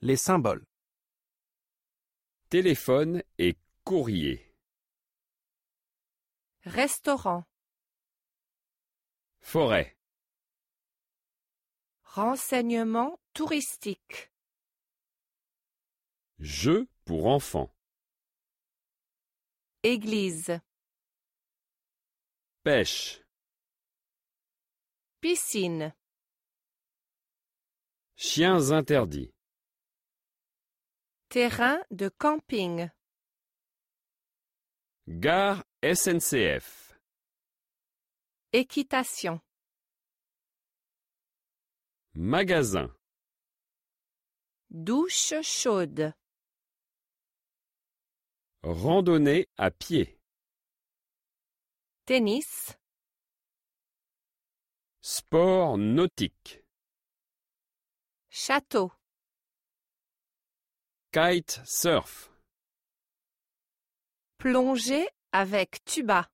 Les symboles. Téléphone et courrier. Restaurant. Forêt. Renseignement touristique. Jeux pour enfants. Église. Pêche. Piscine. Chiens interdits. Terrain de camping. Gare SNCF. Équitation. Magasin. Douche chaude. Randonnée à pied. Tennis. Sport nautique. Château. Kite surf. Plongée avec tuba.